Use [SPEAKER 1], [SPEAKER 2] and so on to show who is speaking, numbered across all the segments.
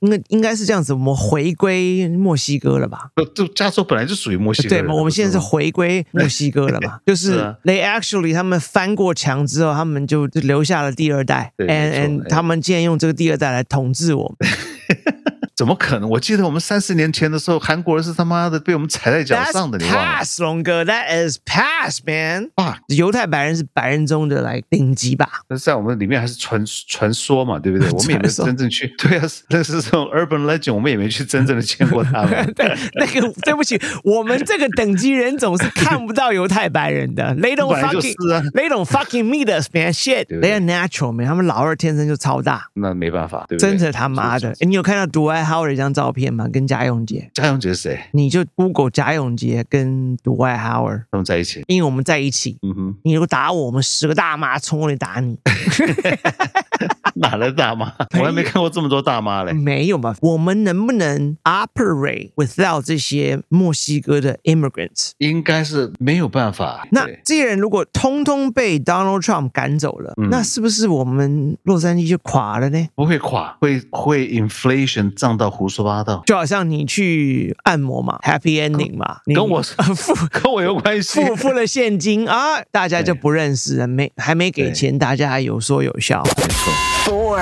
[SPEAKER 1] 因为应该是这样子，我们回归墨西哥了吧？
[SPEAKER 2] 不，就加州本来就属于墨西哥
[SPEAKER 1] 对，
[SPEAKER 2] 人，嗯
[SPEAKER 1] 我们现在是回归墨西哥了 嘛？就是是
[SPEAKER 2] 啊
[SPEAKER 1] they actually 他们翻过墙之后，他们就就留下了第二代
[SPEAKER 2] 对没
[SPEAKER 1] ，and
[SPEAKER 2] 错哎
[SPEAKER 1] and 他们竟然用这个第二代来统治我们。
[SPEAKER 2] 怎么可能？我记得我们三十年前的时候，韩国人是他妈的被我们踩在脚
[SPEAKER 1] That's
[SPEAKER 2] 上的，你忘了？
[SPEAKER 1] past，龙哥，That is past man。
[SPEAKER 2] 哇，
[SPEAKER 1] 犹太白人是白人中的来顶级吧？
[SPEAKER 2] 那在我们里面还是传传说嘛，对不对？我们也没有
[SPEAKER 1] 传说
[SPEAKER 2] 真正去，对啊，那是这种 urban legend，我们也没去真正的见过他们。
[SPEAKER 1] 对，那个对不起，我们这个等级人种是看不到犹太白人的。They don't
[SPEAKER 2] 本来就
[SPEAKER 1] fucking
[SPEAKER 2] 是啊，
[SPEAKER 1] they don't fucking meet us, man. Shit,
[SPEAKER 2] 对
[SPEAKER 1] they are natural, man. 他们老二天生就超大，
[SPEAKER 2] 那没办法，对不对？
[SPEAKER 1] 真的他妈的！诶你有看到独爱 Howard 一张照片吗？跟贾永杰，
[SPEAKER 2] 嘉永姐是谁？
[SPEAKER 1] 你就 Google 贾永杰跟独爱 Howard，
[SPEAKER 2] 他们在一起。
[SPEAKER 1] 因为我们在一起。
[SPEAKER 2] 嗯哼，
[SPEAKER 1] 你如果打我，我们十个大妈冲过来打 你，
[SPEAKER 2] 哪来的大妈？我
[SPEAKER 1] 没有
[SPEAKER 2] 还没看过这么多大妈嘞。
[SPEAKER 1] 没有嘛？我们能不能 operate without 这些墨西哥的 immigrants？
[SPEAKER 2] 应该是没有办法。
[SPEAKER 1] 那
[SPEAKER 2] 对
[SPEAKER 1] 这些人如果通通被 Donald Trump 赶走了，
[SPEAKER 2] 嗯
[SPEAKER 1] 那是不是我们洛杉矶就垮了呢？
[SPEAKER 2] 不会垮，会会 inflation 涨到胡说八道，
[SPEAKER 1] 就好像你去按摩嘛，Happy Ending 嘛，你
[SPEAKER 2] 跟我
[SPEAKER 1] 付
[SPEAKER 2] 跟我有关系。
[SPEAKER 1] 付付了现金啊，大家就不认识了，没还没给
[SPEAKER 2] 对
[SPEAKER 1] 钱，大家还有说有笑。
[SPEAKER 3] Four,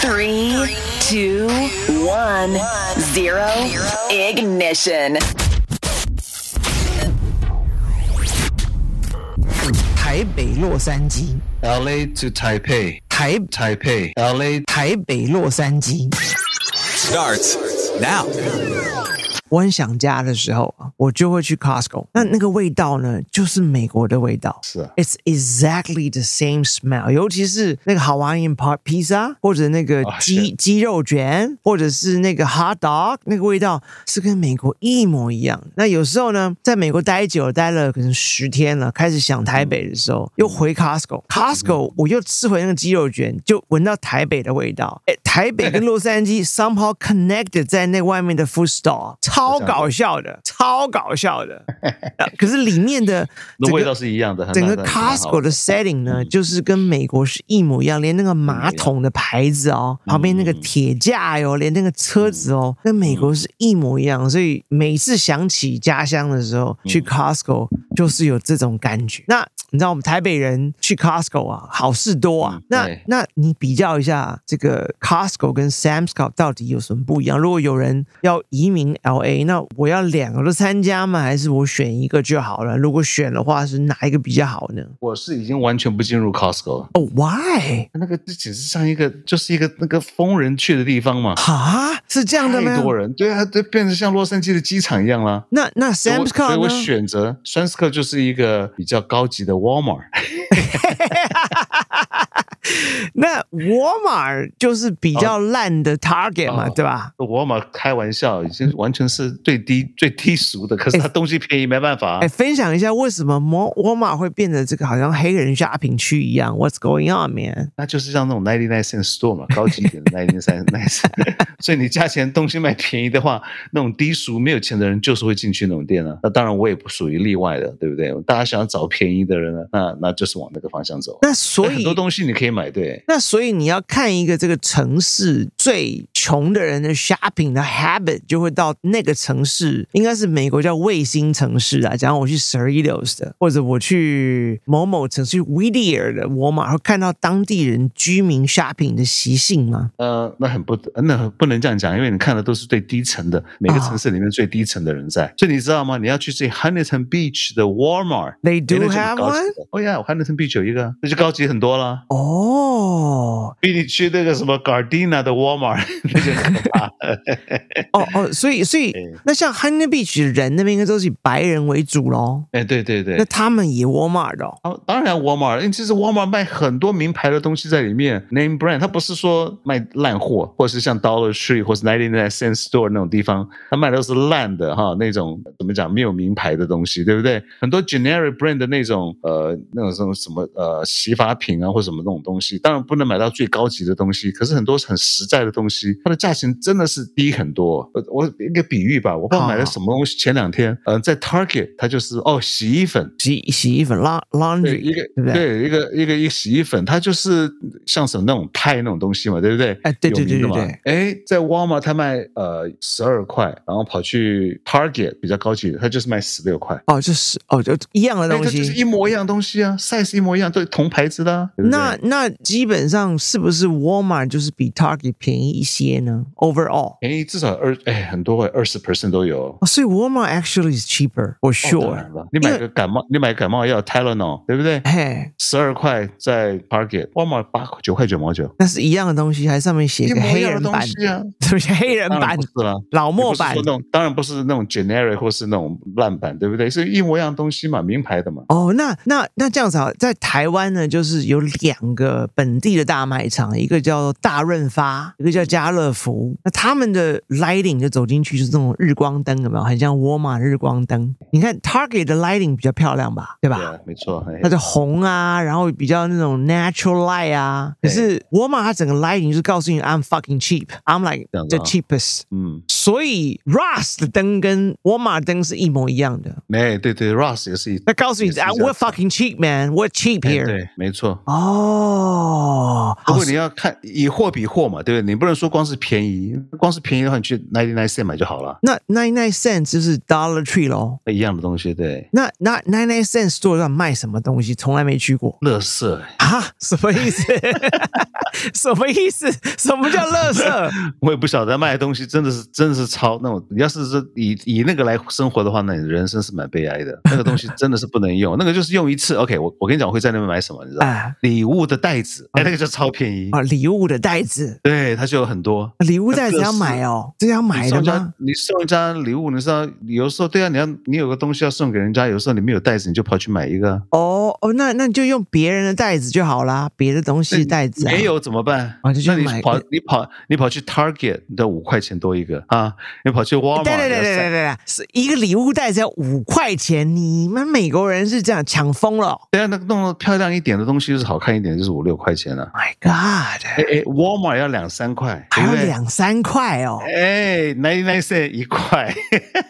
[SPEAKER 3] three, two, one, zero. Ignition.
[SPEAKER 1] 台北洛杉矶，
[SPEAKER 2] LA to Taipei,
[SPEAKER 1] 台
[SPEAKER 2] Taipei, LA
[SPEAKER 1] 台北洛杉矶。
[SPEAKER 4] Starts now.
[SPEAKER 1] 我很想家的时候啊，我就会去 Costco。那那个味道呢，就是美国的味道。
[SPEAKER 2] 是啊
[SPEAKER 1] It's exactly the same smell，尤其是那个 Hawaiian pot pizza，或者那个
[SPEAKER 2] 啊
[SPEAKER 1] 鸡、
[SPEAKER 2] 是
[SPEAKER 1] 鸡肉卷，或者是那个 hot dog，那个味道是跟美国一模一样。那有时候呢，在美国待久了，待了可能十天了，开始想台北的时候，又回
[SPEAKER 2] 嗯
[SPEAKER 1] Costco，Costco 我又吃回那个鸡肉卷，就闻到台北的味 道。哎，台北跟洛杉矶 somehow connected 在那外面的 food store，超搞笑的，超搞笑 的。啊可是里面的
[SPEAKER 2] 那
[SPEAKER 1] 整个
[SPEAKER 2] 味道是一样的。
[SPEAKER 1] 整个
[SPEAKER 2] 那那那蛮好
[SPEAKER 1] Costco 的 setting
[SPEAKER 2] 嗯
[SPEAKER 1] 呢，就是跟美国是一模一样，连那个马桶的牌子哦，
[SPEAKER 2] 嗯
[SPEAKER 1] 旁边那个铁架哟，连那个车子哦，跟美国是一模一样。所以每次想起家乡的时
[SPEAKER 2] 嗯
[SPEAKER 1] 候，去 Costco 就是有这种感觉。那你知道我们台北人去 Costco 啊，好事多啊
[SPEAKER 2] 嗯。
[SPEAKER 1] 那
[SPEAKER 2] 对
[SPEAKER 1] 那你比较一下这个 Costco 跟 Sam's Club 到底有什么不一样？如果有人要移民 LA，那我要两个都参加吗？还是我选一个就好了？如果选的话，是哪一个比较好呢？
[SPEAKER 2] 我是已经完全不进入 Costco 了。
[SPEAKER 1] 哦、w h y
[SPEAKER 2] 那个这简直像一个，就是一个那个疯人去的地方嘛，
[SPEAKER 1] 哈，是这样的
[SPEAKER 2] 太
[SPEAKER 1] 吗？
[SPEAKER 2] 多人，对啊，这变成像洛杉矶的机场一样啦。
[SPEAKER 1] 那那
[SPEAKER 2] 所以我
[SPEAKER 1] Sam's
[SPEAKER 2] 所以
[SPEAKER 1] Club
[SPEAKER 2] 我
[SPEAKER 1] 呢？
[SPEAKER 2] 选择 Sam's Club 就是一个比较高级的 Walmart，
[SPEAKER 1] 那 Walmart 就是比较烂的 Target 嘛，
[SPEAKER 2] 哦
[SPEAKER 1] 对吧？
[SPEAKER 2] Walmart 开玩笑已经完全是最低最低俗的，可是它东西便宜没办法啊
[SPEAKER 1] 哎，。分享一下为什么 Mo- Walmart 会变得这个好像黑人 shopping 区一样？What's going on, man？
[SPEAKER 2] 那就是像那种 ninety nine cent store 嘛，高级一点的 ninety nine cent，所以 你价钱东西卖便宜的话，那种低俗没有钱的人就是会进去那种店啊。那当然我也不属于例外的，对不对？大家想要找便宜的人呢，那那就是往那个方向走。啊哎
[SPEAKER 1] 那所
[SPEAKER 2] 很
[SPEAKER 1] 以
[SPEAKER 2] 多东西你可以买，对，
[SPEAKER 1] 那所以你要看一个这个城市最穷的人的 shopping 的 habit，就会到那个城市，应该是美国叫卫星城市啊。假如我去 Cerritos 的，或者我去某某城市 Whittier 的沃尔玛，会看到当地人居民 shopping 的习性吗？
[SPEAKER 2] 呃，那很不，那很不能这样讲，因为你看的都是最低层的，每个
[SPEAKER 1] 啊
[SPEAKER 2] 城市里面最低层的人在。所以你知道吗？你要去这 Huntington Beach 的 Walmart。
[SPEAKER 1] They do
[SPEAKER 2] 哎那就很
[SPEAKER 1] have
[SPEAKER 2] 高级
[SPEAKER 1] one？
[SPEAKER 2] 的哦呀，Huntington Beach 有一个，啊那就高级很多了。
[SPEAKER 1] 哦
[SPEAKER 2] 比你去那个什么 Gardena 的 Walmart 那就可怕。
[SPEAKER 1] 哦哦，所以所以那像 Honey Beach 的人那边应该都是以白人为主喽，
[SPEAKER 2] 哎，对对对
[SPEAKER 1] 那，他们也沃尔玛的哦。
[SPEAKER 2] 哦，当然 Walmart，因为其实 Walmart 卖很多名牌的东西在里面，name brand，它不是说卖烂货，或是像 Dollar Tree 或是 Ninety Nine Cent Store 那种地方，它卖的都是烂的哈，那种怎么讲没有名牌的东西，对不对？很多 generic brand 的那种呃那种什么什么呃洗发品啊或什么那种东西，当然不能买到最高级的东西，可是很多很实在的东西，它的价钱真的是低很多。我我一个比喻吧，我不知道
[SPEAKER 1] 好
[SPEAKER 2] 买了什么东西。前两天，嗯、在 Target，它就是哦，洗衣粉，
[SPEAKER 1] 洗洗衣粉拉
[SPEAKER 2] 对
[SPEAKER 1] laundry，
[SPEAKER 2] 一个
[SPEAKER 1] 对不对？
[SPEAKER 2] 一个一个一个洗衣粉，它就是像什么那种派那种东西嘛，对不对？
[SPEAKER 1] 哎对对
[SPEAKER 2] 有名的嘛
[SPEAKER 1] 对对
[SPEAKER 2] 哎，在沃尔玛它卖呃十二块，然后跑去 Target 比较高级的，它就是卖十六块。
[SPEAKER 1] 哦，就是哦，就一样的
[SPEAKER 2] 哎，
[SPEAKER 1] 东
[SPEAKER 2] 它就是
[SPEAKER 1] 西。
[SPEAKER 2] 一模一样东西啊，size 一模一样，都是同牌子的、啊。对不对
[SPEAKER 1] 那那基本上是不是 Walmart 就是比 Target 便宜一些呢？Overall，、
[SPEAKER 2] 便宜至少二哎很多二十 percent 都有。
[SPEAKER 1] 哦、所以 Walmart actually is cheaper for
[SPEAKER 2] 哦
[SPEAKER 1] sure、
[SPEAKER 2] 当然了你买个感冒，你买感冒药 Tylenol，对不对？
[SPEAKER 1] 嘿，
[SPEAKER 2] 十二块在 Target，沃尔玛八块九块九毛九，
[SPEAKER 1] 那是一样的东西，还上面写
[SPEAKER 2] 一
[SPEAKER 1] 个
[SPEAKER 2] 模
[SPEAKER 1] 黑
[SPEAKER 2] 一样
[SPEAKER 1] 人
[SPEAKER 2] 的东
[SPEAKER 1] 版，
[SPEAKER 2] 西啊。
[SPEAKER 1] 对，黑人
[SPEAKER 2] 当然
[SPEAKER 1] 版
[SPEAKER 2] 不、是了，
[SPEAKER 1] 老
[SPEAKER 2] 也不
[SPEAKER 1] 墨
[SPEAKER 2] 是说
[SPEAKER 1] 版
[SPEAKER 2] 那。种当然不是那种 generic 或是那种烂版，对不对？是一模一样的东西嘛，名牌的嘛。
[SPEAKER 1] 哦，那那那这样子啊，在台湾呢，就是有两个本地的大卖场，一个叫大润发，一个叫家乐福。那他们的 lighting 就走进去就是那种日光灯，有没有？很像沃尔玛的日光灯。你看 Target 的 lighting 比较漂亮吧，对吧？
[SPEAKER 2] 对啊，没错。哎
[SPEAKER 1] 它就红啊，然后比较那种 natural light 啊。可
[SPEAKER 2] 对
[SPEAKER 1] 是沃尔玛它整个 lighting 就是告诉你 I'm fucking cheap, I'm like
[SPEAKER 2] 这样子
[SPEAKER 1] the
[SPEAKER 2] 啊
[SPEAKER 1] cheapest。
[SPEAKER 2] 嗯，
[SPEAKER 1] 所以 Ross 的灯跟沃尔玛灯是一模一样的。
[SPEAKER 2] 没哎对对，Ross 也是一。
[SPEAKER 1] 那告诉你
[SPEAKER 2] 也是一家
[SPEAKER 1] 啊，We're fucking cheap, man. We're cheap
[SPEAKER 2] 哎
[SPEAKER 1] here.
[SPEAKER 2] 对，没错。
[SPEAKER 1] 哦，
[SPEAKER 2] 不
[SPEAKER 1] 好
[SPEAKER 2] 过你要看以货比货嘛，对不对？你不能说光是便宜，光是便宜的话，你去 ninety nine cent 买就好了，
[SPEAKER 1] 那 ninety nine cents 就是 Dollar Tree 咯。
[SPEAKER 2] 一样的东西，对。
[SPEAKER 1] 那那 ninety nine cents store 上卖什么东西？从来没去过
[SPEAKER 2] 乐色，
[SPEAKER 1] 啊？ 什么意思？什么意思？什么叫乐色？
[SPEAKER 2] 我也不晓得卖的东西哎真的是真的是超那种，你要是是以以那个来生活的话，那你人生是蛮悲哀的。那个东西真的是不能用，那个就是用一次。OK，我我跟你讲，我会在那边买什么，你知道吗？
[SPEAKER 1] 啊
[SPEAKER 2] 礼物的袋子，
[SPEAKER 1] 嗯
[SPEAKER 2] 哎，那个就超便宜，
[SPEAKER 1] 啊！礼物的袋子，
[SPEAKER 2] 对，它就有很多。
[SPEAKER 1] 礼物袋子要买哦，这要买的
[SPEAKER 2] 你送人家
[SPEAKER 1] 吗？，
[SPEAKER 2] 你送人家礼物，你知道，有时候对啊，你要你有个东西要送给人家，有时候你没有袋子，你就跑去买一个，
[SPEAKER 1] 哦哦，那那你就用别人的袋子就好啦，别的东西的袋子啊。
[SPEAKER 2] 哎没有怎么办？
[SPEAKER 1] 啊就去
[SPEAKER 2] 那你
[SPEAKER 1] 买
[SPEAKER 2] 跑你跑你跑去 Target，你的五块钱多一个啊，你跑去
[SPEAKER 1] 哎。
[SPEAKER 2] Walmart，
[SPEAKER 1] 对对对对对对，是一个礼物袋子要五块钱，你们美国人是这样抢疯了哦
[SPEAKER 2] 对啊，那个弄得漂亮一点的东西，就是好看一点，就是五六块钱了、啊。
[SPEAKER 1] ！My God，
[SPEAKER 2] 哎哎，Walmart 要两三块，
[SPEAKER 1] 还
[SPEAKER 2] 对
[SPEAKER 1] 要
[SPEAKER 2] 不对？
[SPEAKER 1] 两三块哦。
[SPEAKER 2] 哎，ninety nine cent 一块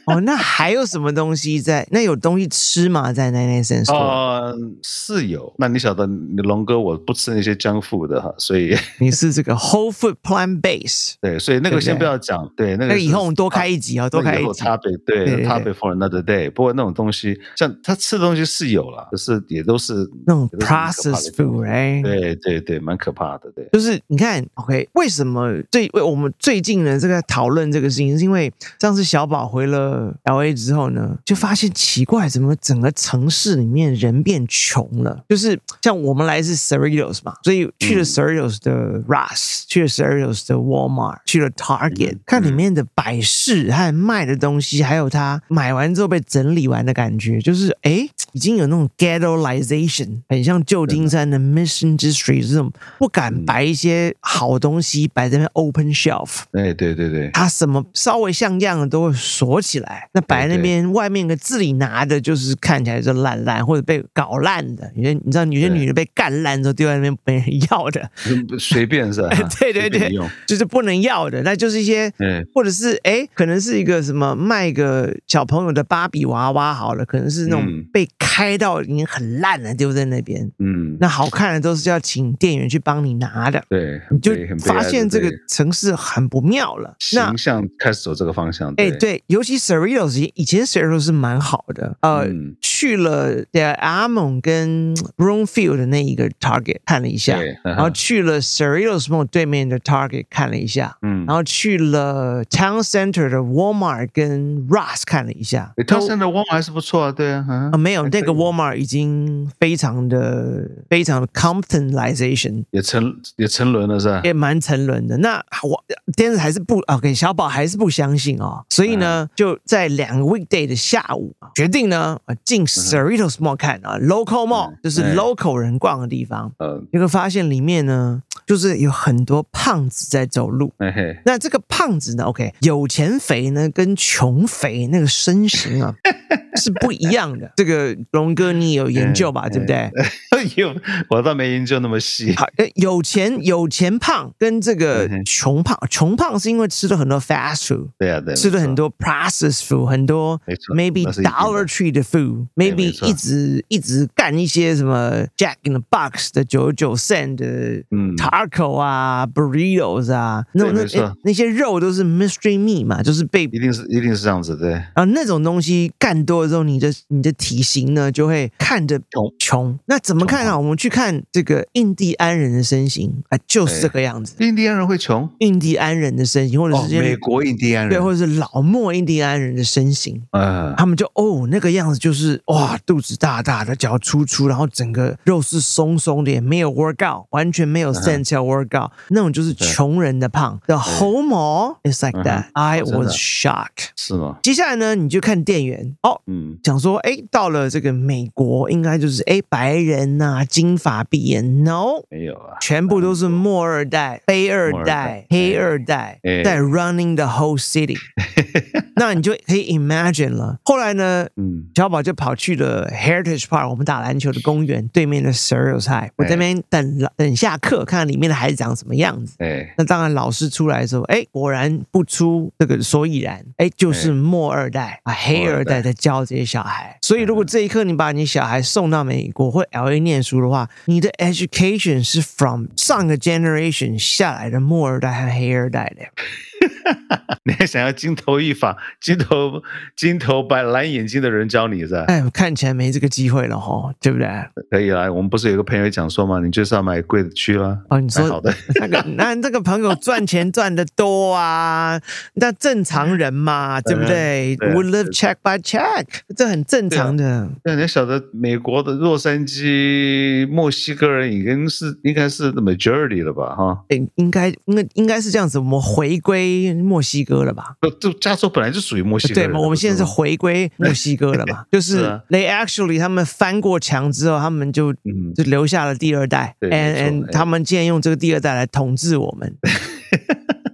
[SPEAKER 1] 哦，那还有什么东西在？那有东西吃吗？在奶奶身上？
[SPEAKER 2] 哦，是有。那你晓得，你龙哥我不吃那些江富的哈，所以
[SPEAKER 1] 你是这个 Whole Food Plant Base，
[SPEAKER 2] 对，所以那个
[SPEAKER 1] 对
[SPEAKER 2] 先
[SPEAKER 1] 不对
[SPEAKER 2] 不要讲，对，那
[SPEAKER 1] 那
[SPEAKER 2] 个
[SPEAKER 1] 个以后我们多开
[SPEAKER 2] 一。
[SPEAKER 1] 一集啊，
[SPEAKER 2] 那
[SPEAKER 1] 多开
[SPEAKER 2] 以
[SPEAKER 1] 一
[SPEAKER 2] 后
[SPEAKER 1] 集。
[SPEAKER 2] topic
[SPEAKER 1] 对对
[SPEAKER 2] 对
[SPEAKER 1] 对
[SPEAKER 2] topic for another day。不过那种东西，像他吃的东西是有了，可是也都是
[SPEAKER 1] 那种
[SPEAKER 2] 也都是蛮可怕
[SPEAKER 1] processed
[SPEAKER 2] 的
[SPEAKER 1] food，right？
[SPEAKER 2] 对对对，蛮可怕的。对，
[SPEAKER 1] 就是你看，OK，为什么最为我们最近呢这个讨论这个事情，是因为上次小宝回了 L A 之后呢，就发现奇怪，怎么整个城市里面人变穷了？就是像我们来自 Cerritos 嘛，所以去了 Cerritos 的 Ross，、去了 Cerritos 的 Walmart，去了 Target，、看里面的摆饰和卖的东西，还有它买完之后被整理完的感觉，就是诶，已经有那种 ghettoization，很像旧金山的 Mission District 这种不敢摆一些好东西摆在那边 open shelf，
[SPEAKER 2] 哎对对对，
[SPEAKER 1] 它什么稍微像样的都会锁起来，那摆在那边外面个自己拿的，就是看起来就烂烂或者被搞烂的，有些你知道有些
[SPEAKER 2] 对
[SPEAKER 1] 女的被干烂之后丢在那边没人要的，？
[SPEAKER 2] 随便是吧
[SPEAKER 1] 对对
[SPEAKER 2] 随便
[SPEAKER 1] 对
[SPEAKER 2] 你用，
[SPEAKER 1] 就是不能要的，那就是一些
[SPEAKER 2] 嗯，
[SPEAKER 1] 或者是哎，可能是一个什么卖个小朋友的芭比娃娃好了，可能是那种
[SPEAKER 2] 嗯
[SPEAKER 1] 被开到已经很烂了丢在那边，
[SPEAKER 2] 嗯，
[SPEAKER 1] 那好看的都是要请店员去帮你拿的，
[SPEAKER 2] 对，
[SPEAKER 1] 你就
[SPEAKER 2] 很悲很悲
[SPEAKER 1] 发
[SPEAKER 2] 哀的
[SPEAKER 1] 现这个
[SPEAKER 2] 对
[SPEAKER 1] 城市很不妙了。那
[SPEAKER 2] 形象开始走这个方向。
[SPEAKER 1] 哎、，对，尤其 Cerritos，以前 Cerritos 是蛮好的，呃，
[SPEAKER 2] 嗯
[SPEAKER 1] 去了 The a m o n 跟 Broomfield 的那一个 Target 看了一下
[SPEAKER 2] 对，嗯哼
[SPEAKER 1] 然后去了 Cerritos Mall 对面的 Target 看了一下，
[SPEAKER 2] 嗯
[SPEAKER 1] 然后去了 Town Center 的 Walmart 跟 Ross 看了一下，
[SPEAKER 2] 哎他现在 Walmart 还是不错啊，对啊，嗯
[SPEAKER 1] 啊，没有，那
[SPEAKER 2] 可
[SPEAKER 1] 个
[SPEAKER 2] 以
[SPEAKER 1] Walmart 已经非常的非常的 Comptonization，
[SPEAKER 2] 也沉也沉沦了是吧？
[SPEAKER 1] 也蛮沉沦的。那我但是还是不 OK，小宝还是不相信哦，所以呢，就在两个 weekday 的下午啊决定呢啊进 Cerritos Mall 看啊，local mall、
[SPEAKER 2] 嗯
[SPEAKER 1] 就是
[SPEAKER 2] 哎
[SPEAKER 1] local 人逛的地方，
[SPEAKER 2] 嗯，
[SPEAKER 1] 结果发现里面呢就是有很多胖子在走路。
[SPEAKER 2] 哎嘿，
[SPEAKER 1] 那这个胖子呢？OK，有钱肥呢，跟穷肥那个身形啊， 是不一样的。这个龙哥，你有研究吧？对不对？
[SPEAKER 2] 有，哎我倒没研究那么细。
[SPEAKER 1] 好，呃有钱有钱胖跟这
[SPEAKER 2] 嗯
[SPEAKER 1] 个穷胖，穷胖是因为吃了很多 fast food，
[SPEAKER 2] 对啊，对，
[SPEAKER 1] 吃了
[SPEAKER 2] 没错
[SPEAKER 1] 很多 processed food，很多
[SPEAKER 2] 没错
[SPEAKER 1] maybe
[SPEAKER 2] 那是一定的
[SPEAKER 1] Dollar Tree 的 food，maybe
[SPEAKER 2] 没错
[SPEAKER 1] 一直一直干一些什么 Jack in the Box 的九十九 cent 的
[SPEAKER 2] 嗯
[SPEAKER 1] taco 啊、burritos 啊，那
[SPEAKER 2] 对
[SPEAKER 1] 那
[SPEAKER 2] 没错
[SPEAKER 1] 那那些肉都是 mystery meat 嘛，就是被
[SPEAKER 2] 一定是一定是这样子，对。
[SPEAKER 1] 啊，那种东西干多了之后，你的你的体型呢就会看着
[SPEAKER 2] 穷
[SPEAKER 1] 穷。那怎么看啊？我们去看这个印第安人的身形啊，就是这个样子。
[SPEAKER 2] 印第安人会穷
[SPEAKER 1] 印第安人的身形，或者
[SPEAKER 2] 哎哦
[SPEAKER 1] 是，这些、
[SPEAKER 2] 美国印第安人
[SPEAKER 1] 对，或者是老墨印第安人的身形，
[SPEAKER 2] 嗯，
[SPEAKER 1] 他们就哦那个样子就是哇，肚子大大的，脚粗粗，然后整个肉是松松的，也没有 workout，完全没有
[SPEAKER 2] 嗯
[SPEAKER 1] sense 要 workout，、那种就是穷人的胖。The homo is like
[SPEAKER 2] 嗯
[SPEAKER 1] that.、I
[SPEAKER 2] 真的
[SPEAKER 1] was shocked.
[SPEAKER 2] 是吗？
[SPEAKER 1] 接下来呢，你就看店员哦，
[SPEAKER 2] 嗯，
[SPEAKER 1] 想说，哎，到了这个美国，应该就是哎白人呐、金发碧眼，no，
[SPEAKER 2] 没有啊，
[SPEAKER 1] 全部都是墨二代、非二
[SPEAKER 2] 墨二
[SPEAKER 1] 代
[SPEAKER 2] 代、
[SPEAKER 1] 黑二代，
[SPEAKER 2] 哎
[SPEAKER 1] 在 running the whole city，那你就可以 imagine 了。后来呢，
[SPEAKER 2] 嗯，
[SPEAKER 1] 小宝就跑去了 Heritage Park，我们打篮球的公园对面的 s e r i o s High，我在那边等等下课，看里面的孩子长什么样子。
[SPEAKER 2] 哎，
[SPEAKER 1] 那当然，老师出来的时候，哎，果然不出这个所以然，哎，就是
[SPEAKER 2] 哎
[SPEAKER 1] 墨二代啊，黑二代在教这些小孩。所以，如果
[SPEAKER 2] 嗯
[SPEAKER 1] 这一刻你把你小孩送到美国或 L A 念书的话，你的 education 是 from 上个 generation 下来的墨二代和黑二代的。
[SPEAKER 2] 你还想要金头一发、金头金头白蓝眼睛的人教你是吧？
[SPEAKER 1] 哎，看起来没这个机会了哈，对不对？
[SPEAKER 2] 可以啊，我们不是有个朋友讲说嘛，你就是要买贵的区啦。
[SPEAKER 1] 哦，你说
[SPEAKER 2] 蛮好的，
[SPEAKER 1] 那个，那这个朋友赚钱赚的多啊，那正常人嘛，对不对
[SPEAKER 2] 对啊啊
[SPEAKER 1] ？We live check by check，这很正常的。
[SPEAKER 2] 那你要晓得，美国的洛杉矶墨西哥人已经是应该是 majority 了吧？哈，
[SPEAKER 1] 诶应该应该应该是这样子，我们回归墨西哥了吧？
[SPEAKER 2] 不就加州本来就属于墨西哥
[SPEAKER 1] 对
[SPEAKER 2] 人
[SPEAKER 1] 嘛，
[SPEAKER 2] 的，
[SPEAKER 1] 我们现在是
[SPEAKER 2] 不吗
[SPEAKER 1] 回归墨西哥了 嘛？就是
[SPEAKER 2] 啊
[SPEAKER 1] they actually 他们翻过墙之后，他们就
[SPEAKER 2] 嗯
[SPEAKER 1] 就留下了第二代
[SPEAKER 2] 对没错
[SPEAKER 1] ，and and
[SPEAKER 2] 哎
[SPEAKER 1] 他们竟然用这个第二代来统治我 们，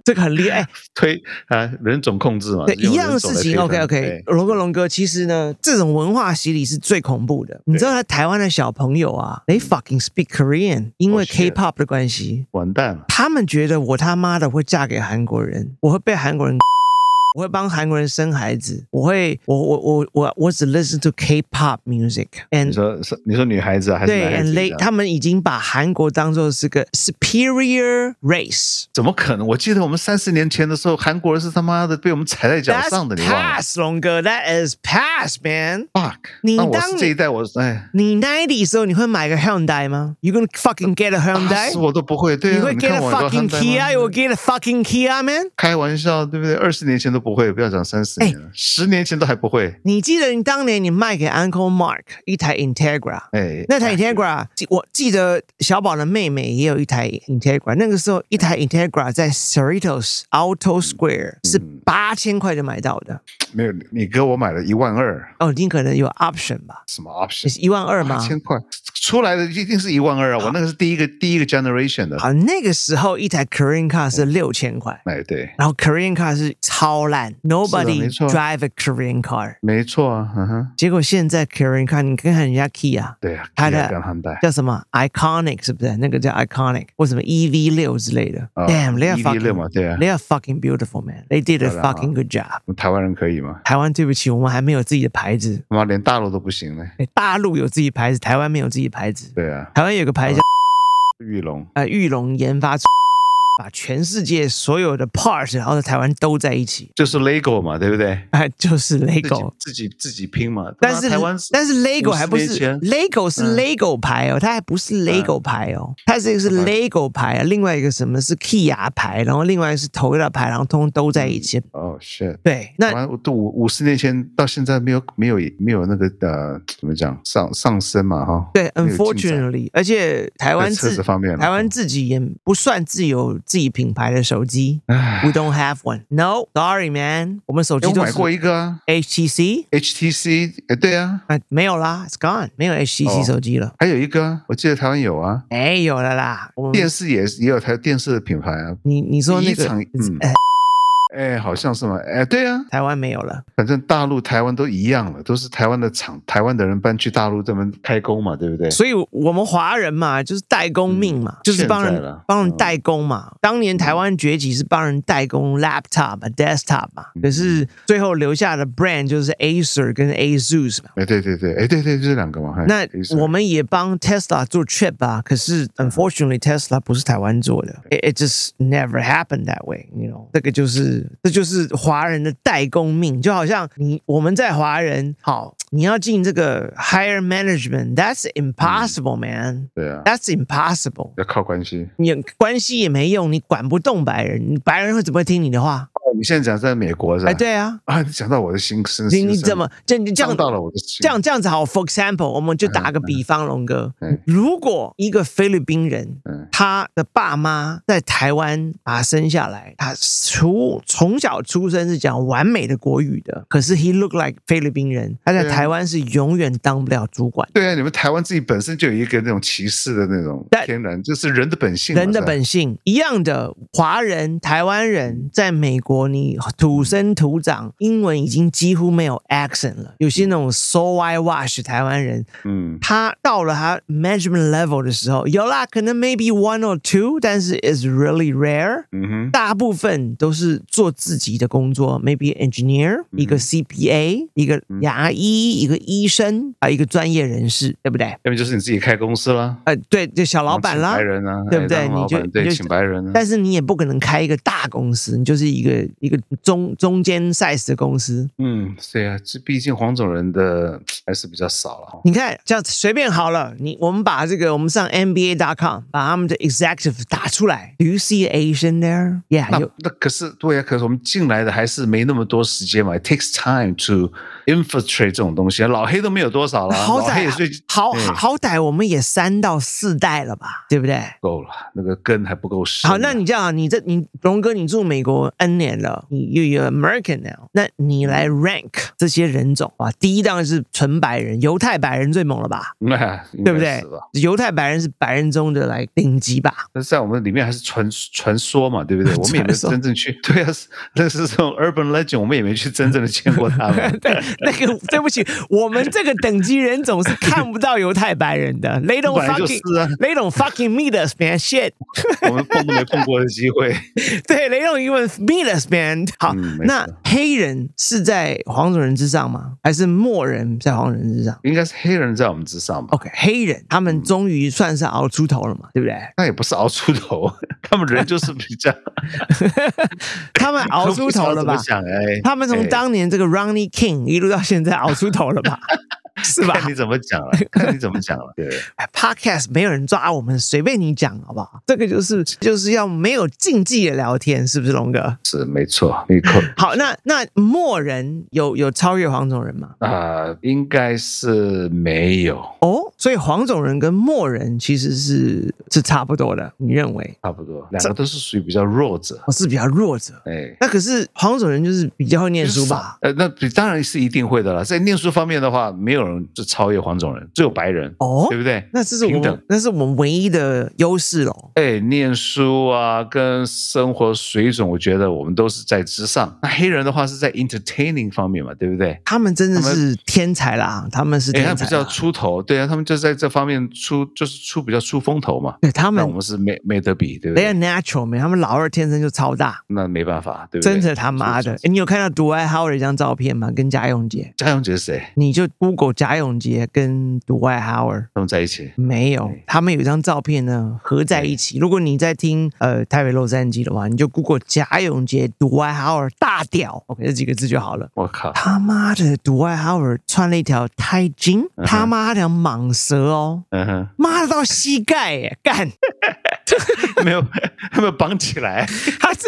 [SPEAKER 1] 这个很厉害。哎哎
[SPEAKER 2] 推啊人种控制嘛，
[SPEAKER 1] 对，
[SPEAKER 2] 用
[SPEAKER 1] 一样的
[SPEAKER 2] 人种
[SPEAKER 1] 事
[SPEAKER 2] 来
[SPEAKER 1] 情
[SPEAKER 2] 推
[SPEAKER 1] ，OK
[SPEAKER 2] 翻哎
[SPEAKER 1] OK，
[SPEAKER 2] 对
[SPEAKER 1] 龙哥龙哥，其实呢，这种文化洗礼是最恐怖的。你知道，台湾的小朋友啊，they fucking speak Korean，因为
[SPEAKER 2] Oh, shit
[SPEAKER 1] K-pop 的关系，
[SPEAKER 2] 完蛋了，
[SPEAKER 1] 他们觉得我他妈的会嫁给韩国人，我会被韩国人， 我会帮韩国人生孩子，我会，我我我我我只 listen to K-pop music
[SPEAKER 2] 你
[SPEAKER 1] and
[SPEAKER 2] 说是你说女孩子啊还是男
[SPEAKER 1] 对
[SPEAKER 2] 孩子
[SPEAKER 1] and
[SPEAKER 2] 这
[SPEAKER 1] they
[SPEAKER 2] 样？
[SPEAKER 1] 他们已经把韩国当做是个 superior race。
[SPEAKER 2] 怎么可能？我记得我们三四年前的时候，韩国人是他妈的被我们踩在脚
[SPEAKER 1] That's
[SPEAKER 2] 上的，你忘了
[SPEAKER 1] past，龙哥，That is past, man。
[SPEAKER 2] ？fuck！
[SPEAKER 1] 你
[SPEAKER 2] 那我
[SPEAKER 1] 当
[SPEAKER 2] 是
[SPEAKER 1] 你
[SPEAKER 2] 这一代，我哎，
[SPEAKER 1] 你 ninety 的时候，你会买个 Hyundai 吗？You gonna fucking get a
[SPEAKER 2] 打死
[SPEAKER 1] Hyundai？
[SPEAKER 2] 我都不会。对
[SPEAKER 1] 你
[SPEAKER 2] 啊，
[SPEAKER 1] 会
[SPEAKER 2] 你
[SPEAKER 1] get
[SPEAKER 2] 看
[SPEAKER 1] a
[SPEAKER 2] 我有
[SPEAKER 1] fucking
[SPEAKER 2] 多
[SPEAKER 1] 哦
[SPEAKER 2] 憨呆吗
[SPEAKER 1] Kia？我 get a fucking Kia man？
[SPEAKER 2] 开玩笑，对不对？二十年前都不会，不要讲三
[SPEAKER 1] 哎
[SPEAKER 2] 十年了，十年前都还不会。
[SPEAKER 1] 你记得你当年你卖给 Uncle Mark 一台 Integra，
[SPEAKER 2] 哎，
[SPEAKER 1] 那台 Integra，记我记得小宝的妹妹也有一台 Integra，那个时候一台
[SPEAKER 2] 嗯
[SPEAKER 1] Integra 在 Cerritos Auto Square 是八千块就买到的。
[SPEAKER 2] 没有，你给我买了一万二，
[SPEAKER 1] 哦，你可能有 option 吧？
[SPEAKER 2] 什么 option？
[SPEAKER 1] 是一万二
[SPEAKER 2] 八
[SPEAKER 1] 吗？
[SPEAKER 2] 千块出来的一定是一万二啊！我那个是第一个第一个 generation 的，
[SPEAKER 1] 好，那个时候一台 Korean car 是六千块。
[SPEAKER 2] 哎，对，
[SPEAKER 1] 然后 Korean car 是超烂，Nobody
[SPEAKER 2] 没错
[SPEAKER 1] drive a Korean car。
[SPEAKER 2] 没错啊，嗯哼，
[SPEAKER 1] 结果现在 Korean car，你看看人家 Kia，
[SPEAKER 2] 对啊，
[SPEAKER 1] 它
[SPEAKER 2] 不要
[SPEAKER 1] 的
[SPEAKER 2] 跟他们带
[SPEAKER 1] 叫什么 Iconic 是不是？那个叫 Iconic 或什么 EV 六之类的。
[SPEAKER 2] 啊
[SPEAKER 1] Damn，they are
[SPEAKER 2] EV6 嘛对
[SPEAKER 1] fucking
[SPEAKER 2] 啊
[SPEAKER 1] they are fucking beautiful man. They did a
[SPEAKER 2] 漂亮啊
[SPEAKER 1] fucking good job.
[SPEAKER 2] 台湾人可以吗？
[SPEAKER 1] 台湾对不起，我们还没有自己的牌子。
[SPEAKER 2] 他妈连大陆都不行呢。
[SPEAKER 1] 哎大陆有自己牌子，台湾没有自己牌子。
[SPEAKER 2] 对啊，
[SPEAKER 1] 台湾有个牌子
[SPEAKER 2] 玉龙，
[SPEAKER 1] 呃玉龙研发出，把全世界所有的 parts，然后在台湾都在一起，
[SPEAKER 2] 就是 LEGO 嘛，对不对？
[SPEAKER 1] 哎、就是 LEGO。
[SPEAKER 2] 自己自己自己拼嘛。
[SPEAKER 1] 但是
[SPEAKER 2] 台湾
[SPEAKER 1] 但是 LEGO
[SPEAKER 2] 50
[SPEAKER 1] 还不是
[SPEAKER 2] 年前
[SPEAKER 1] LEGO 是
[SPEAKER 2] 嗯
[SPEAKER 1] LEGO 牌哦，它还不是 LEGO 牌哦，它这个是
[SPEAKER 2] 么
[SPEAKER 1] LEGO 牌啊，另外一个什么是 Kia 牌，然后另外一个是 Toyota 牌，然后通通都在一起。
[SPEAKER 2] 哦、shit，
[SPEAKER 1] 对，
[SPEAKER 2] 台
[SPEAKER 1] 那
[SPEAKER 2] 湾都五五十年前到现在没有没有没有那个呃怎么讲上上升嘛哈。
[SPEAKER 1] 对
[SPEAKER 2] 没有进展
[SPEAKER 1] ，unfortunately，而且台湾
[SPEAKER 2] 在车
[SPEAKER 1] 自
[SPEAKER 2] 子方面了
[SPEAKER 1] 台湾自己也不算自有自己品牌的手机
[SPEAKER 2] 唉
[SPEAKER 1] ，We don't have one. No, sorry, man，我们手
[SPEAKER 2] 哎
[SPEAKER 1] 机
[SPEAKER 2] 我
[SPEAKER 1] 都
[SPEAKER 2] 买
[SPEAKER 1] 是
[SPEAKER 2] 过一个啊
[SPEAKER 1] HTC，
[SPEAKER 2] HTC，哎对啊，
[SPEAKER 1] 啊，没有啦，It's gone，没有 HTC
[SPEAKER 2] 哦
[SPEAKER 1] 手机了，
[SPEAKER 2] 还有一个啊我记得台湾有啊，
[SPEAKER 1] 没有了啦。我们
[SPEAKER 2] 电视也也有台电视的品牌啊。
[SPEAKER 1] 嗯你你说那
[SPEAKER 2] 第一
[SPEAKER 1] 个
[SPEAKER 2] 场嗯
[SPEAKER 1] 呃
[SPEAKER 2] 哎，好像是嘛，哎，对啊，
[SPEAKER 1] 台湾没有了。
[SPEAKER 2] 反正大陆、台湾都一样了，都是台湾的厂，台湾的人搬去大陆这么开工嘛，对不对？
[SPEAKER 1] 所以我们华人嘛，就是代工命嘛，就是帮
[SPEAKER 2] 哦现在
[SPEAKER 1] 人
[SPEAKER 2] 了
[SPEAKER 1] 帮人
[SPEAKER 2] 嗯
[SPEAKER 1] 代工嘛。当年台湾崛起是帮人代工 laptop 啊、desktop 嘛，
[SPEAKER 2] 嗯
[SPEAKER 1] 可是最后留下的 brand 就是 Acer 跟 ASUS 嘛。
[SPEAKER 2] 哎，对对对，哎，对对，这两个嘛。哎
[SPEAKER 1] 那
[SPEAKER 2] 可以是
[SPEAKER 1] 我们也帮 Tesla 做 chip 啊，可是 unfortunately Tesla 不是台湾做的，it it just never happened that way，you know，这个就是这就是华人的代工命，就好像你我们在华人好，你要进这个 higher management，that's impossible、man，
[SPEAKER 2] 对啊
[SPEAKER 1] That's impossible。
[SPEAKER 2] 要靠关系。
[SPEAKER 1] 你关系也没用，你管不动白人，你白人会怎么听你的话？
[SPEAKER 2] 哦，你现在讲在美国是吧？
[SPEAKER 1] 哎，对啊，
[SPEAKER 2] 啊，你讲到我的心声，
[SPEAKER 1] 你你
[SPEAKER 2] 心声
[SPEAKER 1] 怎么这你这样
[SPEAKER 2] 伤到了我的心？
[SPEAKER 1] 这样这样子好，for example，我们就打个比方，龙哥
[SPEAKER 2] 嗯，
[SPEAKER 1] 如果一个菲律宾人
[SPEAKER 2] 嗯，
[SPEAKER 1] 他的爸妈在台湾把他生下来，他从从小出生是讲完美的国语的，可是 he look like 菲律宾人，他在
[SPEAKER 2] 对啊
[SPEAKER 1] 台湾是永远当不了主管。
[SPEAKER 2] 对啊，你们台湾自己本身就有一个那种歧视的那种
[SPEAKER 1] 但
[SPEAKER 2] 天然，就是人的本性嘛，
[SPEAKER 1] 人的
[SPEAKER 2] 是吧
[SPEAKER 1] 本性一样的，华人、台湾人在美国，你土生土长，英文已经几乎没有 accent 了。有些那种 so I wash 台湾人，
[SPEAKER 2] 嗯，
[SPEAKER 1] 他到了他 management level 的时候，有啦，可能 maybe one or two，但是 is really rare。
[SPEAKER 2] 嗯哼，
[SPEAKER 1] 大部分都是做自己的工作，maybe engineer，一个 CPA，一个牙医，一个医生啊，一个专业人士，对不对？
[SPEAKER 2] 要么就是你自己开公司啦，
[SPEAKER 1] 呃，对，就小老板
[SPEAKER 2] 然
[SPEAKER 1] 啦
[SPEAKER 2] 后请白，人啊，
[SPEAKER 1] 对不对
[SPEAKER 2] 哎当老板
[SPEAKER 1] 你就
[SPEAKER 2] 对，
[SPEAKER 1] 你就
[SPEAKER 2] 请白人啊，
[SPEAKER 1] 但是你也不可能开一个大公司，你就是一个一个中中间 size 的公司。
[SPEAKER 2] 嗯，对啊，这毕竟黄种人的还是比较少了哦。
[SPEAKER 1] 你看，这样随便好了，你我们把这个我们上 NBA.com 把他们的 executive 打出来。Do you see Asian there? Yeah，
[SPEAKER 2] 那
[SPEAKER 1] 有
[SPEAKER 2] 那可是对啊呀、可是我们进来的还是没那么多时间嘛。It takes time to infiltrate 这种东西，啊老黑都没有多少了，啊
[SPEAKER 1] 好
[SPEAKER 2] 老黑
[SPEAKER 1] 歹啊
[SPEAKER 2] 也最
[SPEAKER 1] 好
[SPEAKER 2] 哎
[SPEAKER 1] 好好歹我们也三到四代了吧，对不对？
[SPEAKER 2] 够了，那个根还不够深啊。
[SPEAKER 1] 好，那你这样啊，你这你龙哥，你住美国 N 年了，你又有 American now，那你来 rank 这些人种啊，第一当然是纯白人，犹太白人最猛了吧？
[SPEAKER 2] 那
[SPEAKER 1] 对
[SPEAKER 2] 对
[SPEAKER 1] 不对？犹太白人是白人中的来顶级吧？
[SPEAKER 2] 但是在我们里面还是传传说嘛，对 不对？我们也没有
[SPEAKER 1] 传说
[SPEAKER 2] 真正去，对啊，是那是这种 urban legend，我们也没去真正的见过他们。
[SPEAKER 1] 对，那个对不起，我们这个等级人种是看不到犹太白人的。They don't
[SPEAKER 2] 本来就是
[SPEAKER 1] fucking,
[SPEAKER 2] 啊
[SPEAKER 1] they don't fucking meet us, man. Shit，
[SPEAKER 2] 我们碰都没碰过的机会。
[SPEAKER 1] 对，they don't even meet us, man. 好，
[SPEAKER 2] 嗯没错
[SPEAKER 1] 那黑人是在黄种人之上吗？还是墨人在黄种人之上
[SPEAKER 2] 应该是黑人在我们之上吧？
[SPEAKER 1] ？OK，黑人他
[SPEAKER 2] 嗯
[SPEAKER 1] 们终于算是熬出头了嘛，对不对？
[SPEAKER 2] 那也不是熬出头，他们人就是比较
[SPEAKER 1] 他 们 熬出头了
[SPEAKER 2] 我
[SPEAKER 1] 吧
[SPEAKER 2] 不？知道怎么想哎，
[SPEAKER 1] 他们从
[SPEAKER 2] 哎
[SPEAKER 1] 当年这个 Ronnie King 一路到现在熬出头了吧？ 是吧？
[SPEAKER 2] 看你怎么讲了，看你怎么讲 了。对，
[SPEAKER 1] 哎 Podcast 没有人抓我们，随便你讲好不好？这个就是就是要没有禁忌的聊天，是不是龙哥？
[SPEAKER 2] 是没错，你可
[SPEAKER 1] 好，那那默人有有超越黄种人吗？
[SPEAKER 2] 啊、应该是没有，
[SPEAKER 1] 哦，所以黄种人跟默人其实是是差不多的，你认为？哦
[SPEAKER 2] 差不多，两个都是属于比较弱者。
[SPEAKER 1] 我是比较弱者，
[SPEAKER 2] 哎，
[SPEAKER 1] 那可是黄种人就是比较会念书吧？
[SPEAKER 2] 呃，那比当然是一定会的了。在念书方面的话，没有人是超越黄种人，只有白人，
[SPEAKER 1] 哦
[SPEAKER 2] 对不对？
[SPEAKER 1] 那这是我
[SPEAKER 2] 平等
[SPEAKER 1] 们那是我们唯一的优势喽。
[SPEAKER 2] 哎，念书啊，跟生活水准，我觉得我们都是在之上。那黑人的话是在 entertaining 方面嘛，对不对？
[SPEAKER 1] 他们真的
[SPEAKER 2] 他们
[SPEAKER 1] 是天才啦，他们是
[SPEAKER 2] 哎，他
[SPEAKER 1] 天
[SPEAKER 2] 比
[SPEAKER 1] 才
[SPEAKER 2] 较
[SPEAKER 1] 啦，
[SPEAKER 2] 出头，对啊，他们就在这方面出，就是出比较出风头嘛。
[SPEAKER 1] 对他
[SPEAKER 2] 那
[SPEAKER 1] 们啊
[SPEAKER 2] 我们是没没得比，对不
[SPEAKER 1] they are
[SPEAKER 2] 对？
[SPEAKER 1] natural man，他们老二天生就超大。
[SPEAKER 2] 那没办法，对不对？
[SPEAKER 1] 真的他妈的！
[SPEAKER 2] 是
[SPEAKER 1] 诶你有看到独爱 Howard 一张照片吗？跟贾永杰，
[SPEAKER 2] 嘉永姐是谁？
[SPEAKER 1] 你就 Google 贾永杰跟独爱 Howard。
[SPEAKER 2] 他们在一起。
[SPEAKER 1] 没有，他们有一张照片呢，合在一起。如果你在听呃台北洛杉矶的话，你就 Google 贾永杰、独爱 Howard 大屌，OK 这几个字就好了。
[SPEAKER 2] 我靠！
[SPEAKER 1] 他妈的，独爱 Howard 穿了一条钛金，
[SPEAKER 2] 嗯哼
[SPEAKER 1] 他妈的蟒蛇哦，
[SPEAKER 2] 嗯哼，
[SPEAKER 1] 妈的到膝盖耶，干！
[SPEAKER 2] 没有，他们绑起来，
[SPEAKER 1] 他是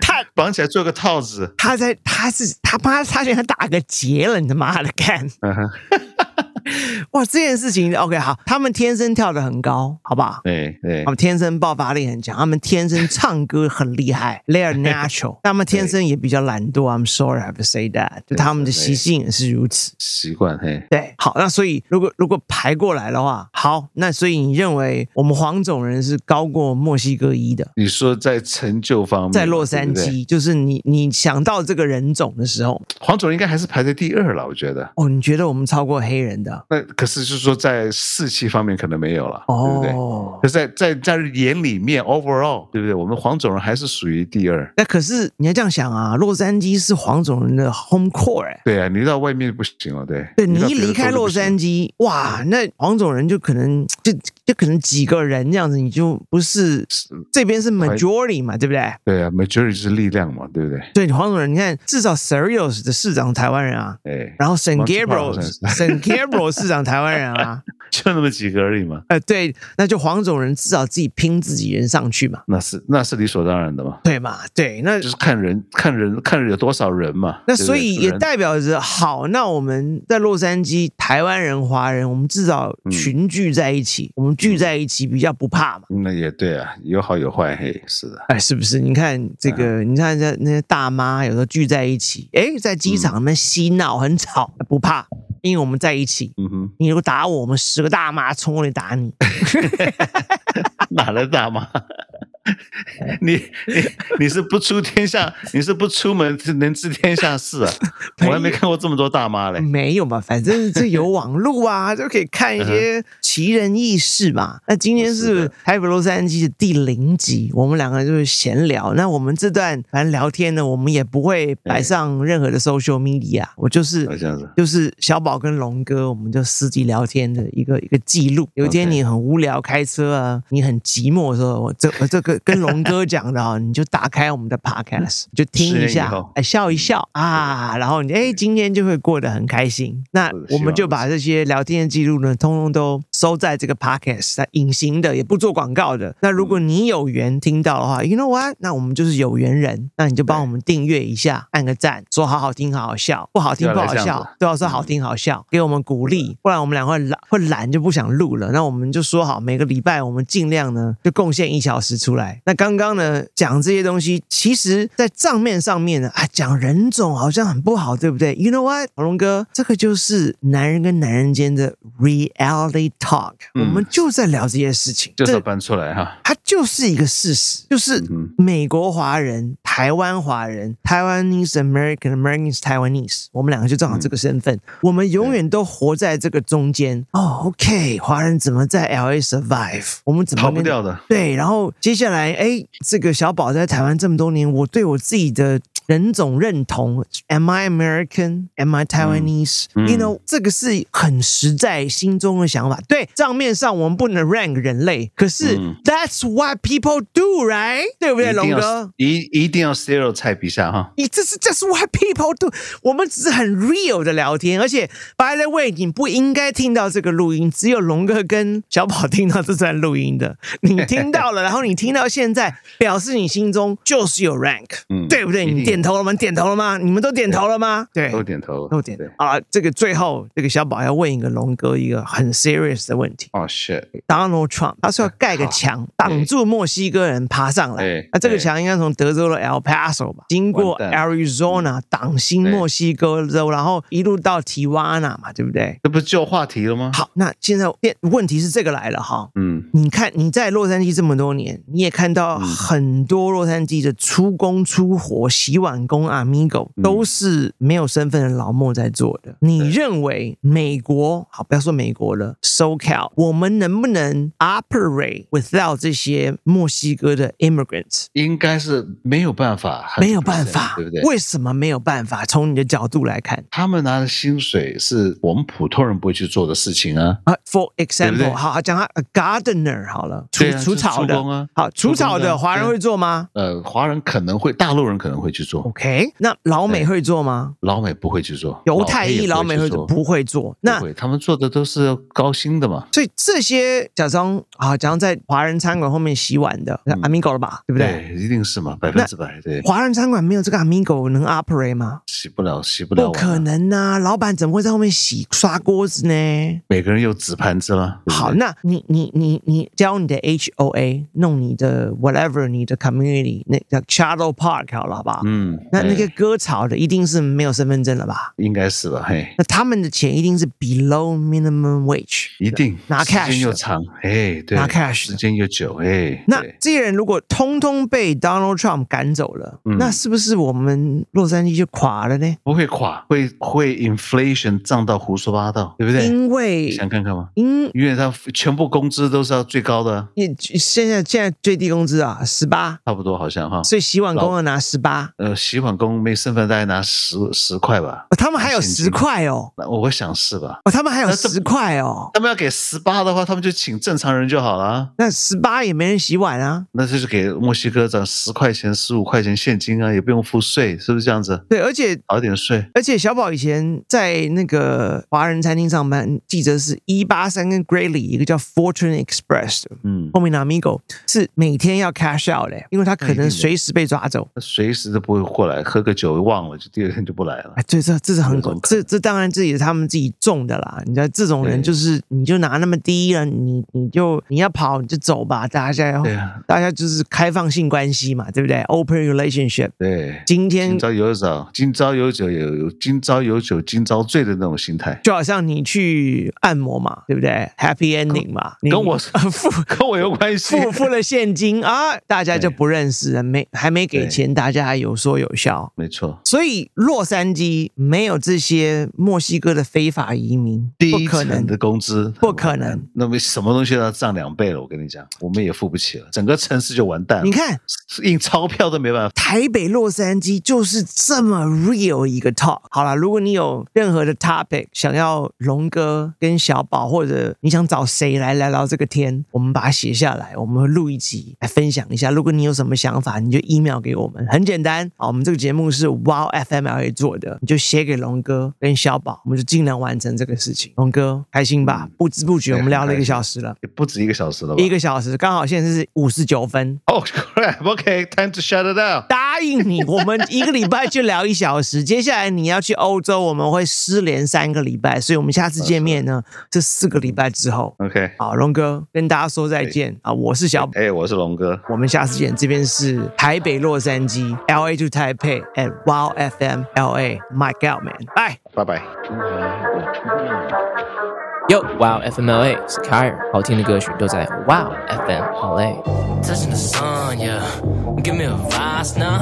[SPEAKER 1] 他
[SPEAKER 2] 绑起来做个套子。
[SPEAKER 1] 他在他是他妈他现在打个结了，你他妈的干！
[SPEAKER 2] 嗯哼，
[SPEAKER 1] 哇，这件事情 OK 好，他们天生跳得很高，好吧？
[SPEAKER 2] 对对
[SPEAKER 1] 他，们天生爆发力很强，他们天生唱歌很厉害，they are natural。但他们天生也比较懒惰，I'm sorry I have to say that，就他们的习性也是如此。
[SPEAKER 2] 习惯嘿。
[SPEAKER 1] 对，好，那所以如果如果排过来的话，好，那所以你认为我们黄种人是高过墨西哥裔的？
[SPEAKER 2] 你说在成就方面，
[SPEAKER 1] 在洛杉
[SPEAKER 2] 对不对
[SPEAKER 1] 矶，就是你你想到这个人种的时候，
[SPEAKER 2] 黄总应该还是排在第二了，我觉得。
[SPEAKER 1] 哦，你觉得我们超过黑人的？
[SPEAKER 2] 那可是就是说在士气方面可能没有了，对不对？
[SPEAKER 1] 哦，
[SPEAKER 2] 可是在在在眼里面，overall，对不对？我们黄种人还是属于第二。
[SPEAKER 1] 那可是你要这样想啊，洛杉矶是黄种人的 home core 哎、
[SPEAKER 2] 对啊，你到外面不行了，对。
[SPEAKER 1] 对你
[SPEAKER 2] 到
[SPEAKER 1] 一
[SPEAKER 2] 别的
[SPEAKER 1] 离开
[SPEAKER 2] 州就
[SPEAKER 1] 洛
[SPEAKER 2] 不行嗯
[SPEAKER 1] 杉矶，哇，那黄种人就可能就就可能几个人这样子，你就不是这边是 majority 嘛，对不对？
[SPEAKER 2] 对啊，majority 是力量嘛，对不对？
[SPEAKER 1] 对，黄种人，你看至少 Serios 的市长台湾人啊，
[SPEAKER 2] 哎，
[SPEAKER 1] 然后 San
[SPEAKER 2] Monty Paul
[SPEAKER 1] Gabriel
[SPEAKER 2] 好像是
[SPEAKER 1] San Gabriel 市长台湾人啊，
[SPEAKER 2] 就那么几个而已嘛，
[SPEAKER 1] 呃，对，那就黄种人至少自己拼自己人上去嘛，
[SPEAKER 2] 那是那是理所当然的嘛，
[SPEAKER 1] 对嘛？对，那
[SPEAKER 2] 就是看人看人看人有多少人嘛。
[SPEAKER 1] 那
[SPEAKER 2] 对不
[SPEAKER 1] 所
[SPEAKER 2] 对
[SPEAKER 1] 以也
[SPEAKER 2] 人
[SPEAKER 1] 代表着，好，那我们在洛杉矶，台湾人、华人，我们至少
[SPEAKER 2] 嗯
[SPEAKER 1] 群聚在一起，我们聚在一起比较不怕嘛。
[SPEAKER 2] 那也对啊，有好有坏，嘿，是的，
[SPEAKER 1] 哎，是不是？你看这个，你看这那些大妈有时候聚在一起，哎，在
[SPEAKER 2] 嗯
[SPEAKER 1] 机场那边嬉闹很吵，不怕，因为我们在一起。
[SPEAKER 2] 嗯哼，
[SPEAKER 1] 你如果打我，我们十个大妈冲过来打你。
[SPEAKER 2] 哪来大妈？你你你是不出天下，你是不出门能知天下事 啊！我还没看过这么多大妈嘞。
[SPEAKER 1] 没有嘛，反正这有网路啊，就可以看一些奇人异事嘛。那今天
[SPEAKER 2] 是
[SPEAKER 1] 是
[SPEAKER 2] 的
[SPEAKER 1] 台北洛杉矶的第零集，我们两个就是闲聊。那我们这段反正聊天呢，我们也不会摆上任何的 social media，我就是
[SPEAKER 2] 好像是
[SPEAKER 1] 就是小宝跟龙哥，我们就私底聊天的一个一个记录。有一天
[SPEAKER 2] OK
[SPEAKER 1] 你很无聊开车啊，你很寂寞的时候，我这我这 个跟龙哥讲的啊，你就打开我们的 podcast，就听一
[SPEAKER 2] 十年
[SPEAKER 1] 下
[SPEAKER 2] 以后，嗯
[SPEAKER 1] 哎，笑一笑啊，然后你哎，今天就会过得很开心。那
[SPEAKER 2] 是的
[SPEAKER 1] 我们
[SPEAKER 2] 希
[SPEAKER 1] 就
[SPEAKER 2] 望
[SPEAKER 1] 把这些聊天的记录呢，通通都收在这个 podcast，那隐形的，也不做广告的。那如果
[SPEAKER 2] 嗯
[SPEAKER 1] 你有缘听到的话，you know what？那我们就是有缘人，那你就帮
[SPEAKER 2] 对
[SPEAKER 1] 我们订阅一下，按个赞，说好好听，好好笑，不好听
[SPEAKER 2] 要
[SPEAKER 1] 不
[SPEAKER 2] 来
[SPEAKER 1] 好
[SPEAKER 2] 这样
[SPEAKER 1] 笑
[SPEAKER 2] 子，
[SPEAKER 1] 对啊，说好听好笑，给我们鼓励，不然我们两个会懒会懒就不想录了。那我们就说好，每个礼拜我们尽量呢就贡献一小时出来。那刚刚呢讲这些东西，其实在账面上面呢，啊讲人种好像很不好，对不对？You know what，小龙哥，这个就是男人跟男人间的 reality talk，、
[SPEAKER 2] 嗯
[SPEAKER 1] 我们就在聊这些事情，
[SPEAKER 2] 就是要
[SPEAKER 1] 这
[SPEAKER 2] 搬出来哈。
[SPEAKER 1] 它就是一个事实，就是
[SPEAKER 2] 嗯
[SPEAKER 1] 美国华人、台湾华人、台湾 e s e American、Americans Taiwanese，我们两个就正好这个身
[SPEAKER 2] 嗯
[SPEAKER 1] 份，我们永远都活在这个中间。哦，OK，华人怎么在 LA survive？我们怎么
[SPEAKER 2] 逃不
[SPEAKER 1] 跟
[SPEAKER 2] 掉的
[SPEAKER 1] 对，然后接下来，哎，这个小宝在台湾这么多年，我对我自己的人种认同，Am I American? Am I Taiwanese?、
[SPEAKER 2] 嗯
[SPEAKER 1] You know，这个是很实在心中的想法。对，账面上我们不能 rank 人类，可是、
[SPEAKER 2] 嗯
[SPEAKER 1] That's what people do, right？对不对，
[SPEAKER 2] 一定
[SPEAKER 1] 龙
[SPEAKER 2] 要
[SPEAKER 1] 哥？
[SPEAKER 2] 一一定要 stereotype 一下哈。
[SPEAKER 1] 你这是这是 what people do，我们只是很 real 的聊天，而且 by the way，你不应该听到这个录音，只有龙哥跟小宝听到这段录音 的。你听到了，然后你听到现在，表示你心中就是有 rank，、
[SPEAKER 2] 嗯
[SPEAKER 1] 对不对？
[SPEAKER 2] 一定
[SPEAKER 1] 你点头了吗？你点头了吗？你们都点头了吗？对，
[SPEAKER 2] 都点头，
[SPEAKER 1] 都点
[SPEAKER 2] 对。
[SPEAKER 1] 啊！这个最后，这个小宝要问一个龙哥一个很 serious 的问题。
[SPEAKER 2] 哦、shit，
[SPEAKER 1] Donald Trump，他
[SPEAKER 2] 哎
[SPEAKER 1] 说要盖个墙挡住墨西哥人爬上来
[SPEAKER 2] 对。
[SPEAKER 1] 那这个
[SPEAKER 2] 对
[SPEAKER 1] 墙应该从德州的 El Paso 吧，经过
[SPEAKER 2] 哎完蛋嗯哎
[SPEAKER 1] Arizona 挡新
[SPEAKER 2] 对
[SPEAKER 1] 墨西哥州，然后一路到 Tijuana 嘛，对不对？
[SPEAKER 2] 这不是旧话题了吗？
[SPEAKER 1] 好，那现在变问题是这个来了哈。
[SPEAKER 2] 嗯，
[SPEAKER 1] 你看你在洛杉矶这么多年，你也看到很多洛杉矶的出工出活、洗碗工、amigo
[SPEAKER 2] 嗯
[SPEAKER 1] 都是没有身份的老莫在做的。你认为美国好，不要说美国了，SoCal，我们能不能 operate without 这些墨西哥的 immigrants？
[SPEAKER 2] 应该是没有办法，
[SPEAKER 1] 没有办法，
[SPEAKER 2] 啊对不对？
[SPEAKER 1] 为什么没有办法？从你的角度来看
[SPEAKER 2] 他们拿的薪水是我们普通人不会去做的事情啊。
[SPEAKER 1] 啊，for example，
[SPEAKER 2] 对
[SPEAKER 1] 好，讲他呃 gardener 好了，除
[SPEAKER 2] 对啊
[SPEAKER 1] 除
[SPEAKER 2] 就是
[SPEAKER 1] 草的
[SPEAKER 2] 出工啊
[SPEAKER 1] 好，除
[SPEAKER 2] 出工
[SPEAKER 1] 草
[SPEAKER 2] 的
[SPEAKER 1] 的华人
[SPEAKER 2] 对
[SPEAKER 1] 会做吗？
[SPEAKER 2] 呃，华人可能会，大陆人可能会去做，
[SPEAKER 1] OK，那老美会做吗？
[SPEAKER 2] 老美不会去做，
[SPEAKER 1] 犹太裔老
[SPEAKER 2] 老
[SPEAKER 1] 美
[SPEAKER 2] 也
[SPEAKER 1] 会
[SPEAKER 2] 去
[SPEAKER 1] 做
[SPEAKER 2] 做
[SPEAKER 1] 不会做？那
[SPEAKER 2] 不会他们做的都是高薪的嘛，
[SPEAKER 1] 所以这些假装啊，假装在华人餐馆后面洗碗的，阿米狗了吧？对不对？
[SPEAKER 2] 对，一定是嘛，百分之百嗯对，
[SPEAKER 1] 华人餐馆没有这个阿米狗能 operate 吗？
[SPEAKER 2] 洗不了，洗不了
[SPEAKER 1] 不
[SPEAKER 2] 碗啊，
[SPEAKER 1] 可能呐、老板怎么会在后面洗刷锅子呢？
[SPEAKER 2] 每个人有纸盘子了，对不对
[SPEAKER 1] 好，那你你你你教你的 HOA 弄你的 whatever 你的 community 那叫 Shadow Park 好了，好不好？
[SPEAKER 2] 嗯，
[SPEAKER 1] 那那个
[SPEAKER 2] 哎
[SPEAKER 1] 割草的一定是没有身份证了吧？
[SPEAKER 2] 应该是吧，嘿，
[SPEAKER 1] 那他们的钱一定是 below minimum wage，
[SPEAKER 2] 一定
[SPEAKER 1] 拿
[SPEAKER 2] 时间
[SPEAKER 1] cash
[SPEAKER 2] 又
[SPEAKER 1] 的
[SPEAKER 2] 长，哎，对，
[SPEAKER 1] 拿 cash 的
[SPEAKER 2] 时间又久，哎，
[SPEAKER 1] 那
[SPEAKER 2] 对
[SPEAKER 1] 这些人如果通通被 Donald Trump 赶走了，
[SPEAKER 2] 嗯
[SPEAKER 1] 那是不是我们洛杉矶就垮了呢？
[SPEAKER 2] 不会垮，会会 inflation 涨到胡说八道，对不对？
[SPEAKER 1] 因为
[SPEAKER 2] 想看看吗？
[SPEAKER 1] 因
[SPEAKER 2] 因为他全部工资都是要最高的，啊
[SPEAKER 1] 也现在现在最低工资啊十八，
[SPEAKER 2] 差不多好像哈。
[SPEAKER 1] 所以洗碗工要拿十八、
[SPEAKER 2] 呃，洗碗工没身份大概拿十十块吧，
[SPEAKER 1] 哦，他们还有
[SPEAKER 2] 现金
[SPEAKER 1] 十块哦，
[SPEAKER 2] 那我想是吧？
[SPEAKER 1] 哦，他们还有
[SPEAKER 2] 那这
[SPEAKER 1] 十块哦，
[SPEAKER 2] 他们要给十八的话，他们就请正常人就好了啊。
[SPEAKER 1] 那十八也没人洗碗啊。
[SPEAKER 2] 那就是给墨西哥涨十块钱、十五块钱现金啊，也不用付税，是不是这样子？
[SPEAKER 1] 对，而且
[SPEAKER 2] 少点税，
[SPEAKER 1] 而且小宝以前在那个华人餐厅上班，记者是一八三跟 Greatly，一个叫 Fortune Express 的，
[SPEAKER 2] 嗯，
[SPEAKER 1] 后面的 Amigo 是每天要 cash out 的，因为他可能随时被抓走。
[SPEAKER 2] 那随时都不会过来，喝个酒忘了，就第二天就不来了。
[SPEAKER 1] 哎，对，这这是很狗
[SPEAKER 2] 有种，可
[SPEAKER 1] 这这当然这也是他们自己种的啦。你知道这种人
[SPEAKER 2] 对
[SPEAKER 1] 就是，你就拿那么低了，你你就你要跑你就走吧，大家要、
[SPEAKER 2] 对啊
[SPEAKER 1] 大家就是开放性关系嘛，对不对？Open relationship。
[SPEAKER 2] 对，
[SPEAKER 1] 哎今天
[SPEAKER 2] 今朝有酒，今朝有酒有有今朝有酒今朝醉的那种心 态。
[SPEAKER 1] 就好像你去按摩嘛，对不对？Happy ending 嘛，你
[SPEAKER 2] 跟我
[SPEAKER 1] 付
[SPEAKER 2] 跟我有关系。
[SPEAKER 1] 付付了现金啊，大家就
[SPEAKER 2] 对
[SPEAKER 1] 不认识了，没还没给
[SPEAKER 2] 对
[SPEAKER 1] 钱，大家还有说有笑。
[SPEAKER 2] 没错，
[SPEAKER 1] 所以洛杉矶没有这些墨西哥的非法移民，
[SPEAKER 2] 第
[SPEAKER 1] 不
[SPEAKER 2] 一
[SPEAKER 1] 可
[SPEAKER 2] 层
[SPEAKER 1] 能
[SPEAKER 2] 的工资
[SPEAKER 1] 不可能。
[SPEAKER 2] 那么什么东西都要涨两倍了，我跟你讲，我们也付不起了，整个城市就完蛋了。
[SPEAKER 1] 你看
[SPEAKER 2] 印钞票都没办法。
[SPEAKER 1] 台北、洛杉矶就是这么 real 一个 talk。好了，如果你有任何的 topic 想要龙哥跟小宝，或者你想找谁来聊聊这个天，我们把它写下来，我们会录一集来分享一下。如果你有什么想法，你就 email 给我们，很简单啊。我们这个节目是 Wow FMLA 做的，你就写给龙哥跟小宝，我们就尽量完成这个事情。龙哥开心吧？不知不觉我们聊了一个小时了。
[SPEAKER 2] 也不止一个小时了吧？
[SPEAKER 1] 一个小时，刚好现在是五十九分，
[SPEAKER 2] Oh crap！OK，time、to shut it down。
[SPEAKER 1] 答应你，我们一个礼拜就聊一小时。接下来你要去欧洲，我们会失联三个礼拜，所以我们下次见面呢，这四个礼拜之后。
[SPEAKER 2] OK，
[SPEAKER 1] 好，龙哥跟大家说再见啊！我是小，
[SPEAKER 2] 哎、我是龙哥，
[SPEAKER 1] 我们下次见。这边是台北洛杉矶，L A to 台北 at Wow FM L A Mike Outman，拜。
[SPEAKER 2] 拜拜。
[SPEAKER 5] Yo Wow FMLA 是 Kyer，好听的歌曲都在 Wow FMLA。
[SPEAKER 6] touching the sun, yeah. Give me a vice now.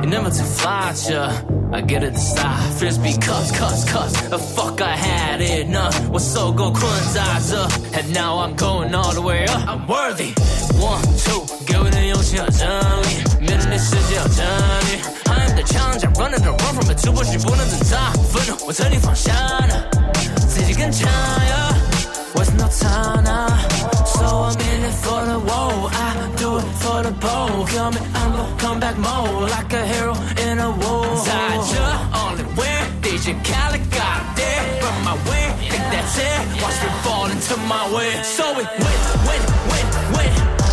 [SPEAKER 6] You're never too fly, yeah. I get it decide. Frisbee cuss, cuss, cuss. The fuck I had enough. Was so go up. And now I'm going all the way up. I'm worthy. One, two, give it a I'm the challenger, running the run from a two bush, you was no time, ah. So I'm in it for the woe. I do it for the bow. Kill me, I'm gonna come back more like a hero in a war. Zaja, only win. DJ Khaled got there from my win. Think that's it. Watch me fall into my way. So we win, win, win, win.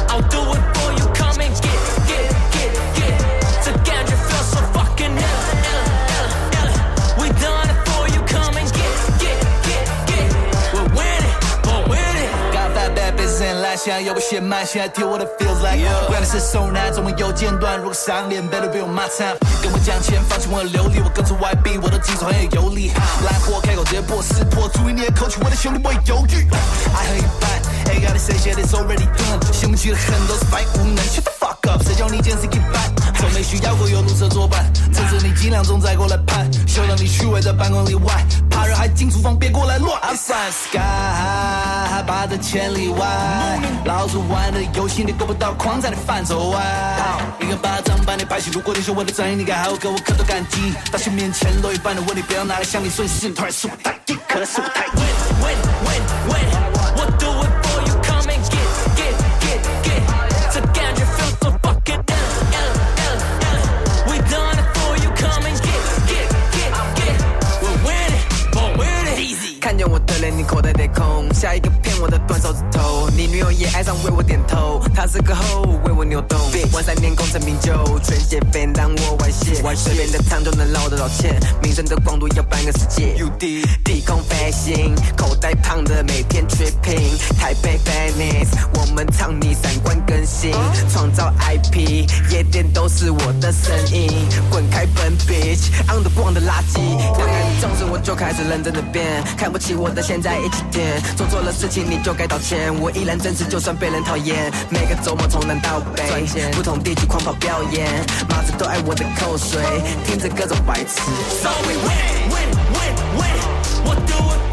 [SPEAKER 6] I'll do it for you. Come and get, get, get, get. Together, feel so fucking ill, ill, ill, ill. We done it for you. Come and get, get, get, get. We're winning, we're winning.
[SPEAKER 7] Got five bad bitches and lies，现在要不血脉，现在 deal what it feels like。关键是受难，总会有间断。如果赏脸，better be on my time。跟我讲钱，放弃我的流利，我跟着外币，我的技术很有游历。来货开口直接破撕破，注意你的口气，我的兄弟不会犹豫。爱喝一半，ain't gotta say shit it's already done。心不急的很，都是白无能。Shut the fuck up，谁叫你见识一半？从没需要过有路车作伴，趁着你斤两重再过来攀，秀到你虚伪在办公里外，怕热还进厨房别过来乱。I'm flying sky high，还爬在千里外，老子玩的游戏你够不到，狂在你范畴外。一个巴掌把你拍醒，如果你是我的战友，你该好好给我磕头感激。大是面前漏一半的问题，不要拿来向你顺势，突然是我太低，可能是我太低。
[SPEAKER 6] win, win, win. We'll do it for you. Come and get, get, get, get. Together, feel so fucking ill, ill, ill, ill. We done it for you.
[SPEAKER 8] 下一个骗我的断手指头。你女友也爱上为我点头，她是个后为我扭动。玩三年功成名就，全写便当我玩谢，玩随便的汤就能让我的老千，名声的光度要半个世界。UD 地空飞行，口袋胖的每天 tripping，台北 Venice，我们唱你三观更新，创造 IP，夜店都是我的声音，滚开本 bitch on the 逛的垃圾。刚开始重视我就开始认真的变，看不起我的现在一起点，做错了事情你就该道歉，我依然真实，就算被人讨厌。每个周末从南到北，不同地区狂跑表演，马子都爱我的口水，听着各种白痴。So we win win win win，我 do it。